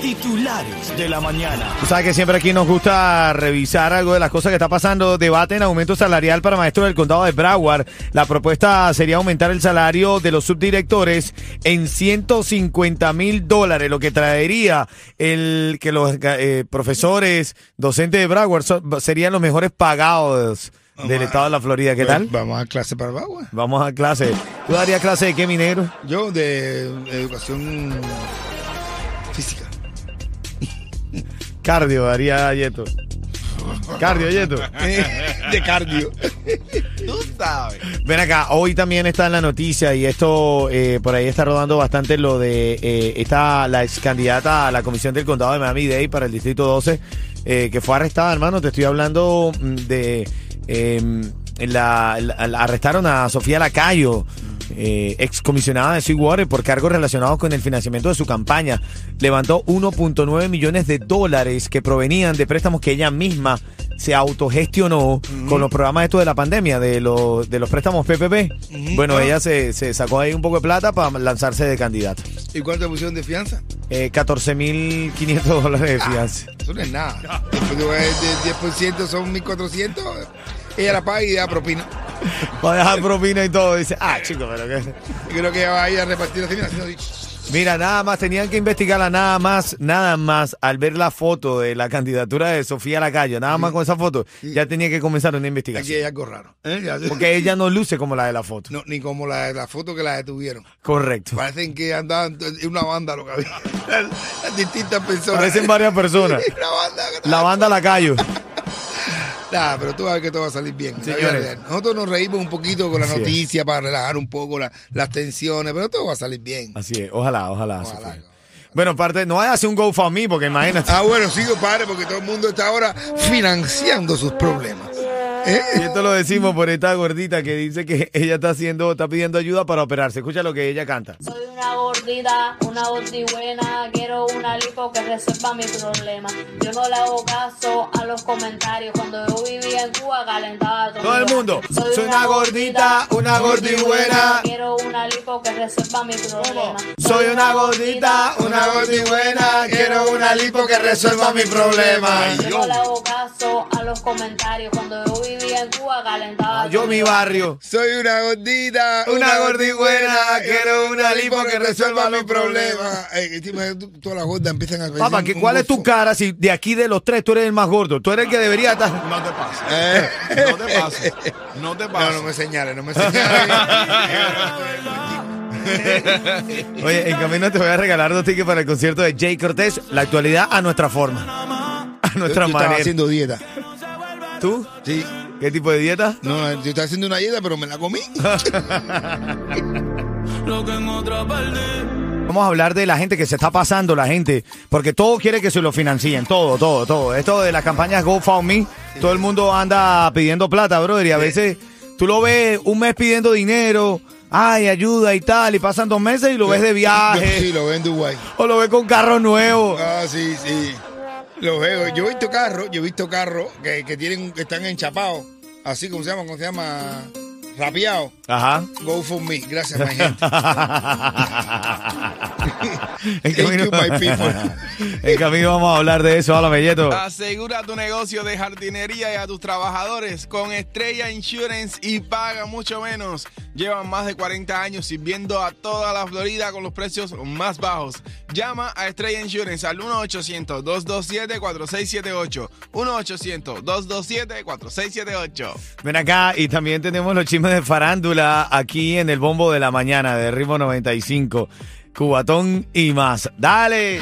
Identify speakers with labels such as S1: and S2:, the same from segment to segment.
S1: Titulares de la mañana.
S2: Tú sabes que siempre aquí nos gusta revisar algo de las cosas que está pasando. Debate en aumento salarial para maestros del condado de Broward. La propuesta sería aumentar el salario de los subdirectores en 150 mil dólares, lo que traería el que los eh, profesores, docentes de Broward son- serían los mejores pagados del
S3: Vamos a-
S2: estado de la Florida. ¿Qué tal?
S3: Pues, Vamos a clase para Bagua.
S2: Vamos a clase. ¿Tú darías clase de qué, minero?
S3: Yo de educación física.
S2: Cardio daría Yeto. Cardio, Yeto.
S3: de cardio. Tú sabes.
S2: Ven acá, hoy también está en la noticia y esto eh, por ahí está rodando bastante lo de eh, esta la ex candidata a la comisión del condado de Miami Dade para el distrito 12 eh, que fue arrestada, hermano. Te estoy hablando mm, de eh, la, la- la- arrestaron a Sofía Lacayo. Eh, ex comisionada de Seawater por cargos relacionados con el financiamiento de su campaña levantó 1.9 millones de dólares que provenían de préstamos que ella misma se autogestionó con los programas estos de la pandemia, de, los de los préstamos PPP. Bueno, ella se, se sacó ahí un poco de plata para lanzarse de candidata.
S3: ¿Y cuánto pusieron de fianza?
S2: Eh, 14.500 dólares de fianza.
S3: Eso no es nada. Después de de 10% son 1400. Ella la paga y da propina.
S2: Va a dejar propina y todo. Dice, ah, chico, pero qué...
S3: Yo creo que ella va a ir a repartir las haciendo así.
S2: Mira, nada más, tenían que investigarla nada más, nada más, al ver la foto de la candidatura de Sofía Lacayo, nada más con esa foto, ya tenía que comenzar una
S3: Aquí
S2: investigación.
S3: hay algo raro. ¿eh? Ya-
S2: Porque ella no luce como la de la foto.
S3: No, ni como la, la foto que la detuvieron.
S2: Correcto.
S3: Parecen que andaban en una banda lo que había. Las distintas personas.
S2: Parecen varias personas.
S3: una banda. que-
S2: La banda Lacayo.
S3: Nah, pero tú vas a ver que todo va a salir bien. La vida
S2: Señores.
S3: real. Nosotros nos reímos un poquito con la
S2: Así es.
S3: noticia para relajar un poco la- las tensiones, pero todo va a salir bien.
S2: Así es, ojalá, ojalá. así
S3: Ojalá.
S2: fue. Bueno, parte, no vaya a hacer un GoFundMe, porque imagínate.
S3: Ah, bueno, sigo padre, porque todo el mundo está ahora financiando sus problemas. Eh,
S2: Y esto lo decimos por esta gordita que dice que ella está haciendo, está pidiendo ayuda para operarse. Escucha lo que ella canta.
S4: Soy una gordita, una gordigüena, quiero una lipo que resuelva mi problema. Yo no le hago caso a los comentarios, cuando yo vivía en Cuba calentaba
S2: Todo el mundo. Soy una gordita, una gordigüena.
S4: Quiero una lipo que resuelva mi problema.
S2: Soy una gordita, una gordibuena, quiero una lipo que resuelva mi problema.
S4: Yo no le hago caso a los comentarios, cuando yo vivía en Cuba calentaba
S2: Ah, Yo mi barrio.
S3: Soy una gordita, eh,
S2: Una gordigüena, quiero una lipo que resuelva
S3: mi
S2: los
S3: problema. Eh, encima, tú- Todas las gordas empiezan a decir
S2: Papá, ¿que
S3: un
S2: ¿cuál es tu
S3: gofo.
S2: cara si de aquí de los tres tú eres el más gordo? Tú eres el que debería estar... No te pases,
S3: Eh.
S2: no te pases, no te
S3: No, no me señales, no me señales.
S2: Oye, en camino te voy a regalar dos tickets para el concierto de Jay Cortés, la actualidad a nuestra forma, a
S3: Yo-
S2: nuestra
S3: yo estaba
S2: manera.
S3: haciendo dieta.
S2: ¿Tú?
S3: Sí.
S2: ¿Qué tipo de dieta?
S3: No, yo estaba haciendo una dieta, pero me la comí.
S2: Vamos a hablar de la gente que se está pasando, la gente, porque todo quiere que se lo financien, todo, todo, todo. Esto de las campañas GoFundMe, todo el mundo anda pidiendo plata, brother, y a veces tú lo ves un mes pidiendo dinero, ay, ayuda y tal, y pasan dos meses y lo ves de
S3: Sí,
S2: viaje,
S3: lo veo en Dubái.
S2: o lo ves con carro nuevo.
S3: Ah, sí, sí. Lo veo. Yo he visto carros, yo he visto carros que, que tienen, que están enchapados. Así como se llama, ¿cómo se llama? Rapeados.
S2: Ajá.
S3: Go for me. Gracias, my gente.
S2: en, camino,
S3: you, my people.
S2: en camino vamos a hablar de eso, háblame, Yeto.
S5: Asegura tu negocio de jardinería y a tus trabajadores con Estrella Insurance y paga mucho menos. Llevan más de 40 años sirviendo a toda la Florida con los precios más bajos. Llama a Estrella Insurance al 1-800-227-4678. 1-800-227-4678.
S2: Ven acá y también tenemos los chismes de farándula aquí en el Bombo de la Mañana de Ritmo 95, Cubatón y más. ¡Dale!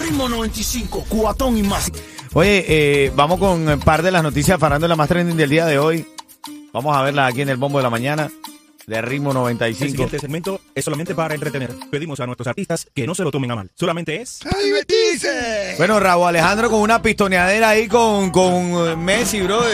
S6: Ritmo 95, cuatón y más.
S2: Oye, eh, vamos con un par de las noticias de farándula más trending del día de hoy. Vamos a verlas aquí en el Bombo de la Mañana de Ritmo
S6: El
S2: 95.
S6: siguiente segmento es solamente para entretener. Pedimos a nuestros artistas que no se lo tomen a mal. Solamente es.
S3: ¡A divertirse!
S2: Bueno, Raúl Alejandro con una pistoneadera ahí con, con eh, Messi, brother.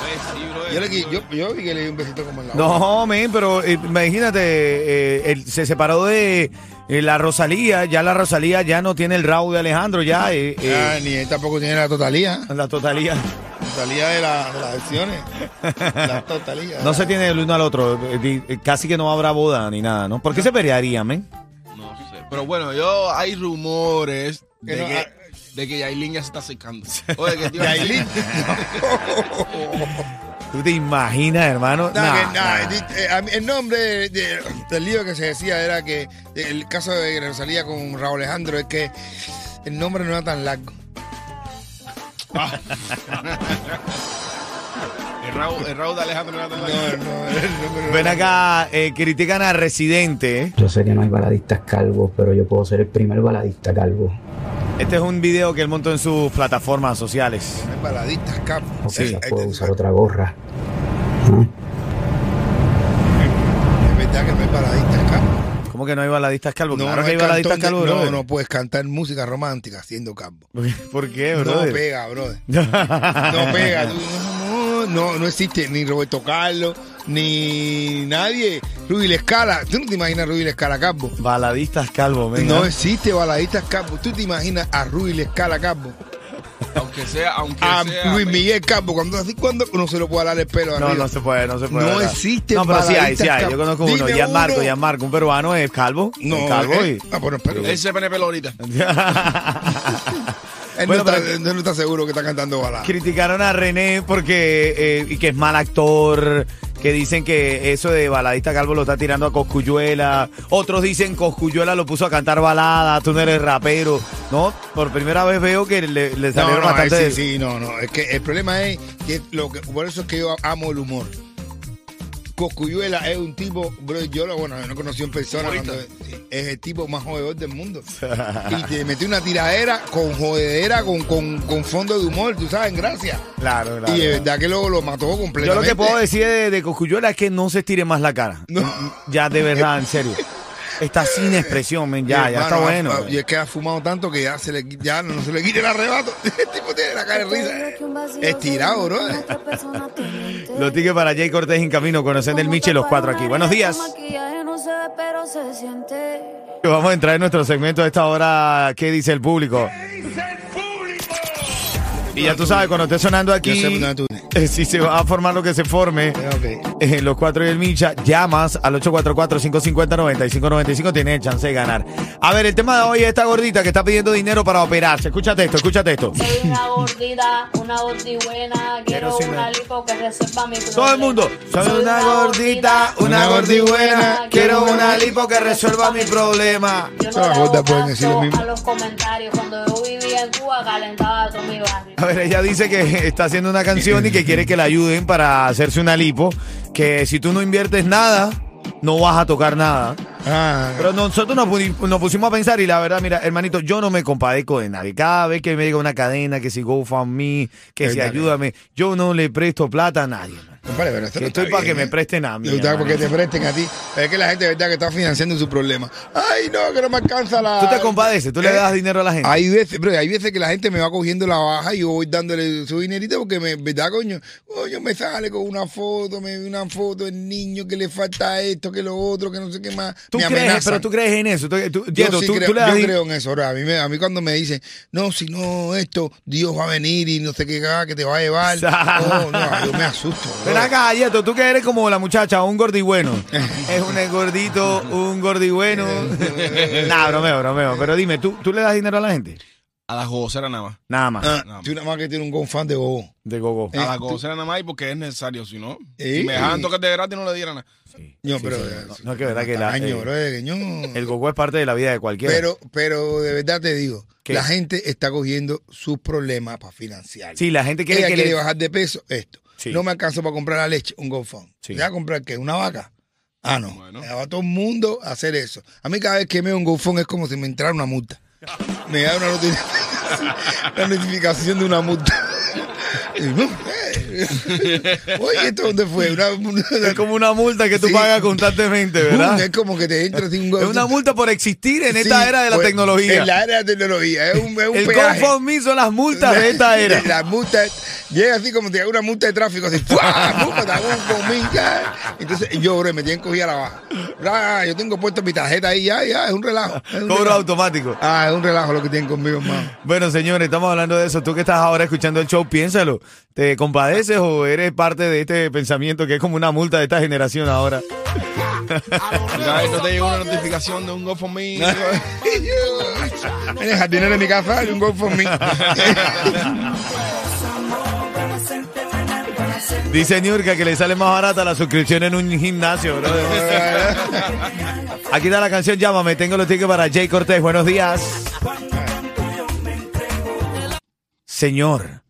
S5: Pues sí, bro,
S3: Yo le qui- yo, yo vi que le di un besito como en la boca.
S2: No, men, pero eh, imagínate, eh, él se separó de eh, la Rosalía, ya la Rosalía ya no tiene el rabo de Alejandro, ya eh,
S3: Ah,
S2: eh,
S3: ni él tampoco tiene la totalía.
S2: la totalía.
S3: La totalía de, la- de las acciones. La totalía.
S2: No se tiene el uno al otro, eh, di- eh, casi que no habrá boda ni nada, ¿no? ¿Por qué se pelearían, men?
S5: No sé. Pero bueno, yo hay rumores de
S3: Que no,
S5: que,
S3: ah,
S5: de que Yailin ya se está secando. O de que te iba a-
S3: Yailin.
S2: ¿Tú te imaginas, hermano?
S3: No,
S2: Nah,
S3: que- nah,
S2: nah.
S3: di- eh, a mí- el nombre de- de- del lío que se decía era que el caso de Rosalía con Raúl Alejandro es que el nombre no era tan largo.
S5: El Raúl, el Raúl de Alejandro Nathan
S3: No,
S5: Lane.
S3: no, el nombre no era
S2: Ven
S3: tan-
S2: acá, eh, critican a Residente. ¿eh?
S7: Yo sé que no hay baladistas calvos, pero yo puedo ser el primer baladista calvo.
S2: Este es un video que él montó en sus plataformas sociales.
S3: Hay baladistas, capo.
S7: O
S3: Sí, eh,
S7: quizás
S3: hay-
S7: puedo usar otra gorra. ¿Ah? ¿no?
S3: Es verdad que no hay baladistas, capo.
S2: ¿Cómo que no hay baladistas calvo? claro que
S3: hay
S2: hay baladistas
S3: cantón
S2: calvo,
S3: de- no,
S2: brother.
S3: no puedes cantar música romántica siendo campo.
S2: ¿Por qué,
S3: No
S2: brother?
S3: pega, brother. No pega. tú- No, no, no existe ni Roberto Carlos, ni nadie. Rudy Escala. ¿Tú no te imaginas Rudy Escala Campo?
S2: Baladistas calvo, venga.
S3: No existe baladistas Campo. ¿Tú te imaginas a Rudy Escala Campo?
S5: Aunque sea, aunque
S3: A
S5: sea.
S3: Luis Miguel Campo. Cuando así cuando no se lo puede dar el pelo
S2: No,
S3: arriba.
S2: no se puede, no se puede.
S3: No
S2: ¿verdad?
S3: existe
S2: No, pero sí hay,
S3: baladistas
S2: sí hay. Yo
S3: calvo.
S2: conozco uno.
S3: Dime
S2: Gianmarco,
S3: uno.
S2: Gianmarco, un peruano es calvo. es calvo
S3: eh,
S2: y-
S3: ah, bueno, pero
S5: Él
S3: él,
S5: se pone pelo ahorita.
S3: no
S2: Bueno,
S3: está,
S2: pero-
S3: él no está seguro que está cantando baladas.
S2: Criticaron a René porque eh, y que es mal actor, que dicen que eso de baladista calvo lo está tirando a Coscuyuela. Otros dicen Coscuyuela lo puso a cantar balada, tú no eres rapero. No, por primera vez veo que le, le salieron bastante.
S3: eh, Sí, sí, no, no. Es que el problema es que lo que por eso es que yo amo el humor. Coscuyuela es un tipo, bro, yo lo bueno, yo no conocí en persona,
S5: Humorista.
S3: cuando- es el tipo más jodedor del mundo. y te metió una tiradera con jodedera, con, con, con fondo de humor, tú sabes, en gracia.
S2: Claro, claro.
S3: y de verdad que luego lo mató
S2: Yo lo
S3: completamente.
S2: que puedo decir de, de Cosculluela es que no se estire más la cara. Ya, de verdad, en serio. Está sin expresión, men. Ya,
S3: Mi
S2: ya está
S3: hermano,
S2: bueno.
S3: ha- Y es que ha fumado tanto que ya, se le, qui- ya no se le quita el arrebato. El tipo tiene la cara de risa. Estirado, bro.
S2: Los tickets para Jay Cortés en camino. Conocen del Miche los cuatro aquí. Buenos días. Vamos a entrar en nuestro segmento a esta hora. ¿Qué dice el público? Y ya tú sabes, cuando esté sonando aquí,
S3: Yo sé dónde tú eres.
S2: eh, si se va a formar lo que se forme,
S3: Eh, ok.
S2: eh, los cuatro y el Micha, llamas al 844-550-9595, tienes chance de ganar. A ver, el tema de hoy es esta gordita que está pidiendo dinero para operarse. Escúchate esto, escúchate esto.
S4: Soy una gordita, una gordi buena, quiero
S2: sin
S4: una
S2: nada.
S4: lipo que resuelva mi problema.
S2: Todo el mundo. Soy una gordita, una gordi buena. Quiero una Ah, lipo que resuelva mi problema.
S4: Yo no
S3: Todas las
S4: le hago
S3: gordas pueden decir lo
S4: caso
S3: mismo.
S4: a los comentarios. Cuando yo vivía en Cuba, calentaba todo mi barrio.
S2: A ver, ella dice que está haciendo una canción y que quiere que la ayuden para hacerse una lipo. Que si tú no inviertes nada, no vas a tocar nada.
S3: Ah,
S2: Pero nosotros nos, puni- nos pusimos a pensar y la verdad, mira, hermanito, yo no me compadezco de nadie. Cada vez que me llega una cadena, que si GoFundMe, que si
S3: Verdad.
S2: ayúdame, yo no le presto plata a nadie. man.
S3: Compadre, pero esto
S2: Que
S3: no
S2: estoy
S3: está
S2: para que
S3: bien,
S2: me
S3: ¿eh?
S2: presten a mí.
S3: No está
S2: hermano.
S3: porque te presten a ti. Es que la gente, de verdad, que está financiando su problema. Ay, no, que no me alcanza la.
S2: Tú te compadeces, tú le
S3: ¿Eh?
S2: das dinero a la gente.
S3: Hay veces, pero hay veces que la gente me va cogiendo la baja y yo voy dándole su dinerito porque me, ¿verdad, coño? Coño, me sale con una foto, me una foto del niño que le falta esto, que lo otro, que no sé qué más.
S2: ¿Tú
S3: me
S2: crees,
S3: amenazan.
S2: pero tú crees en eso. Tú, tú-
S3: Yo,
S2: Yeto,
S3: sí
S2: tú-
S3: creo,
S2: tú le das
S3: yo
S2: di-
S3: creo en eso. ahora. A mí, me- a mí cuando me dicen, no, si no, esto, Dios va a venir y no sé qué, ah, que te va a llevar. no, no, yo me asusto.
S2: Ven
S3: bro.
S2: acá, Yeto, tú que eres como la muchacha, un gordi bueno. es un gordito, un gordi bueno. nah, bromeo, bromeo. Pero dime, ¿tú, ¿tú le das dinero a la gente?
S5: A las goceras nada más.
S2: Nada más.
S3: Ah, tú nada más que tiene un confán de bobo.
S2: De gogo.
S5: A
S3: Eh,
S5: las
S3: tú-
S5: goceras nada más y porque es necesario. Si no,
S3: Eh.
S5: si me dejaban tocar de gratis, no le dieran nada.
S3: No, pero.
S2: no, no, que verdad que la-
S3: Año,
S2: eh,
S3: bro, eh, que ño.
S2: El gogo es parte de la vida de cualquiera.
S3: pero, pero de verdad te digo,
S2: ¿Qué?
S3: la gente está cogiendo sus problemas para financiar.
S2: sí, la gente quiere
S3: Ella
S2: que
S3: quiere
S2: le...
S3: bajar de peso, esto.
S2: Sí.
S3: No me alcanzo para comprar la leche, un GoFundMe.
S2: Sí.
S3: ¿Te vas a comprar qué? ¿Una vaca? Ah, no.
S5: Bueno.
S3: Va a todo el mundo a hacer eso. A mí cada vez que me veo un GoFundMe es como si me entrara una multa. Me da una, noti- una notificación de una multa. Y, "No, eh". Oye, ¿esto dónde fue? Una-
S2: Es como una multa que tú
S3: Sí.
S2: pagas constantemente, ¿verdad?
S3: Es como que te entra así un
S2: Es una multa por existir en esta
S3: Sí,
S2: era de la
S3: pues,
S2: tecnología.
S3: En la era de la tecnología. Es un, es un
S2: El
S3: peaje.
S2: GoFundMe son las multas de esta era.
S3: Las multas Llega así como si hubiera una multa de tráfico, así, ¡fua! ¡Multa, te hago un comín, ya. Entonces yo, bro, me tienen cogida la baja. Ra, Yo tengo puesto mi tarjeta ahí, ya, ya, es un relajo. es un
S2: Cobro
S3: relajo.
S2: automático.
S3: Ah, es un relajo lo que tienen conmigo, hermano.
S2: Bueno, señores, estamos hablando de eso. Tú que estás ahora escuchando el show, piénsalo. ¿Te compadeces o eres parte de este pensamiento que es como una multa de esta generación ahora?
S5: Una vez no te llegó una notificación de un GoFundMe.
S3: Eres jardinero de mi casa, hay un gol por mí.
S2: Dice Niurka que le sale más barata la suscripción en un gimnasio, bro. Aquí está la canción Llámame. Tengo los tickets para Jay Cortés. Buenos días. Señor,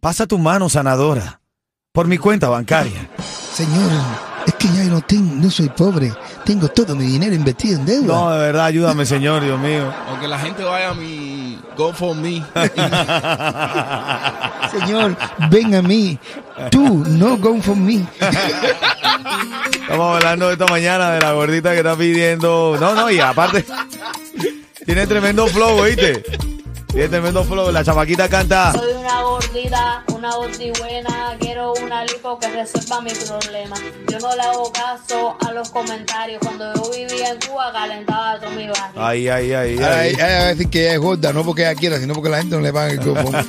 S2: pasa tu mano sanadora por mi cuenta bancaria.
S3: Señor, es que ya no, tengo, no soy pobre. Tengo todo mi dinero invertido en deuda.
S2: No, de verdad, ayúdame, señor, Dios mío.
S5: O que la gente vaya a mi GoFundMe.
S3: Señor, ven a mí. Tú, no go for me.
S2: Estamos hablando esta mañana de la gordita que está pidiendo. No, no, y aparte. Tiene tremendo flow, ¿oíste? Tiene tremendo flow. La chamaquita canta.
S4: Soy una gordita, una gordigüena, quiero una lipo que resuelva mi problema. Yo no le hago caso a los comentarios. Cuando yo vivía en Cuba calentaba todo mi barrio.
S2: Ay, ay, ay,
S3: Ay,
S2: ay.
S3: ay, a decir que ella es gorda, no porque ella quiera, sino porque la gente no le paga el cupo.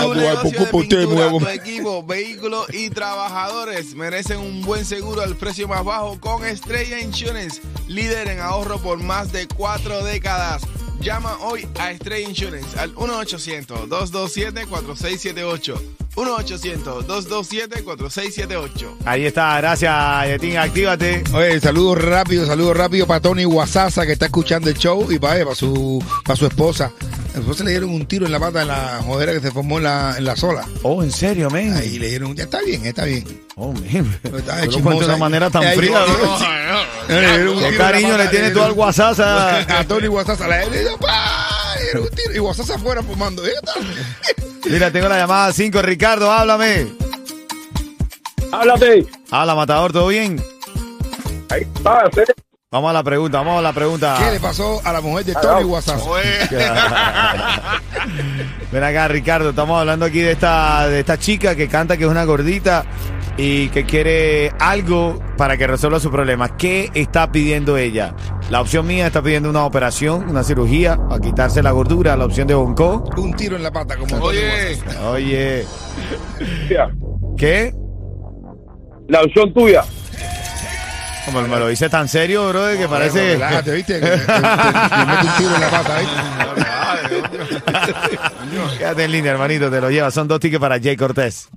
S5: Tu negocio de pintura,
S3: nuevo.
S5: tu equipo, vehículos y trabajadores merecen un buen seguro al precio más bajo con Estrella Insurance, líder en ahorro por más de cuatro décadas. Llama hoy a Estrella Insurance al 1-800-227-4678. 1-800-227-4678.
S2: Ahí está, gracias, Yetín. Actívate.
S3: Oye, saludos rápido, saludos rápido para Tony Guasasa que está escuchando el show y para, para su para su esposa. A su esposa le dieron un tiro en la pata en la jodera que se formó en la, en la sola.
S2: Oh, en serio, men.
S3: Ahí le dieron, ya está bien, está bien.
S2: Oh, men.
S3: Pero estaba
S2: Yo lo
S3: chismosa
S2: cuento de una
S3: ahí.
S2: manera tan
S3: Ahí,
S2: fría,
S3: sí.
S2: bro.
S3: Le dieron
S2: Qué
S3: un tiro en la
S2: cariño
S3: pata,
S2: le tienes tú
S3: dieron-
S2: al guasasa.
S3: a Tony Guasasa le dieron, ¡pah! Le dieron un tiro y Guasasa afuera fumando. ¿eh?
S2: Mira, tengo la llamada 5. Ricardo, háblame.
S8: Háblate.
S2: Habla, matador, ¿todo bien?
S8: Ahí está, sí.
S2: Vamos a la pregunta, vamos a la pregunta.
S3: ¿Qué le pasó a la mujer de Tony Guasasa?
S2: Ven acá, Ricardo, estamos hablando aquí de esta, de esta chica que canta que es una gordita y que quiere algo para que resuelva su problema. ¿Qué está pidiendo ella? La opción mía está pidiendo una operación, una cirugía, a quitarse la gordura, la opción de Bonco.
S3: Un tiro en la pata como Tony Guasasa.
S5: Oye,
S2: Oye,
S8: Tía,
S2: ¿qué?
S8: La opción tuya.
S2: Como me lo dice tan serio, bro, que
S3: Bueno,
S2: parece...
S3: Relájate, ¿viste? Te, te- te- te mete un tiro en la pata, ¿viste?
S2: Quédate en línea, hermanito, te lo llevas. Son dos tickets para Jay Cortés.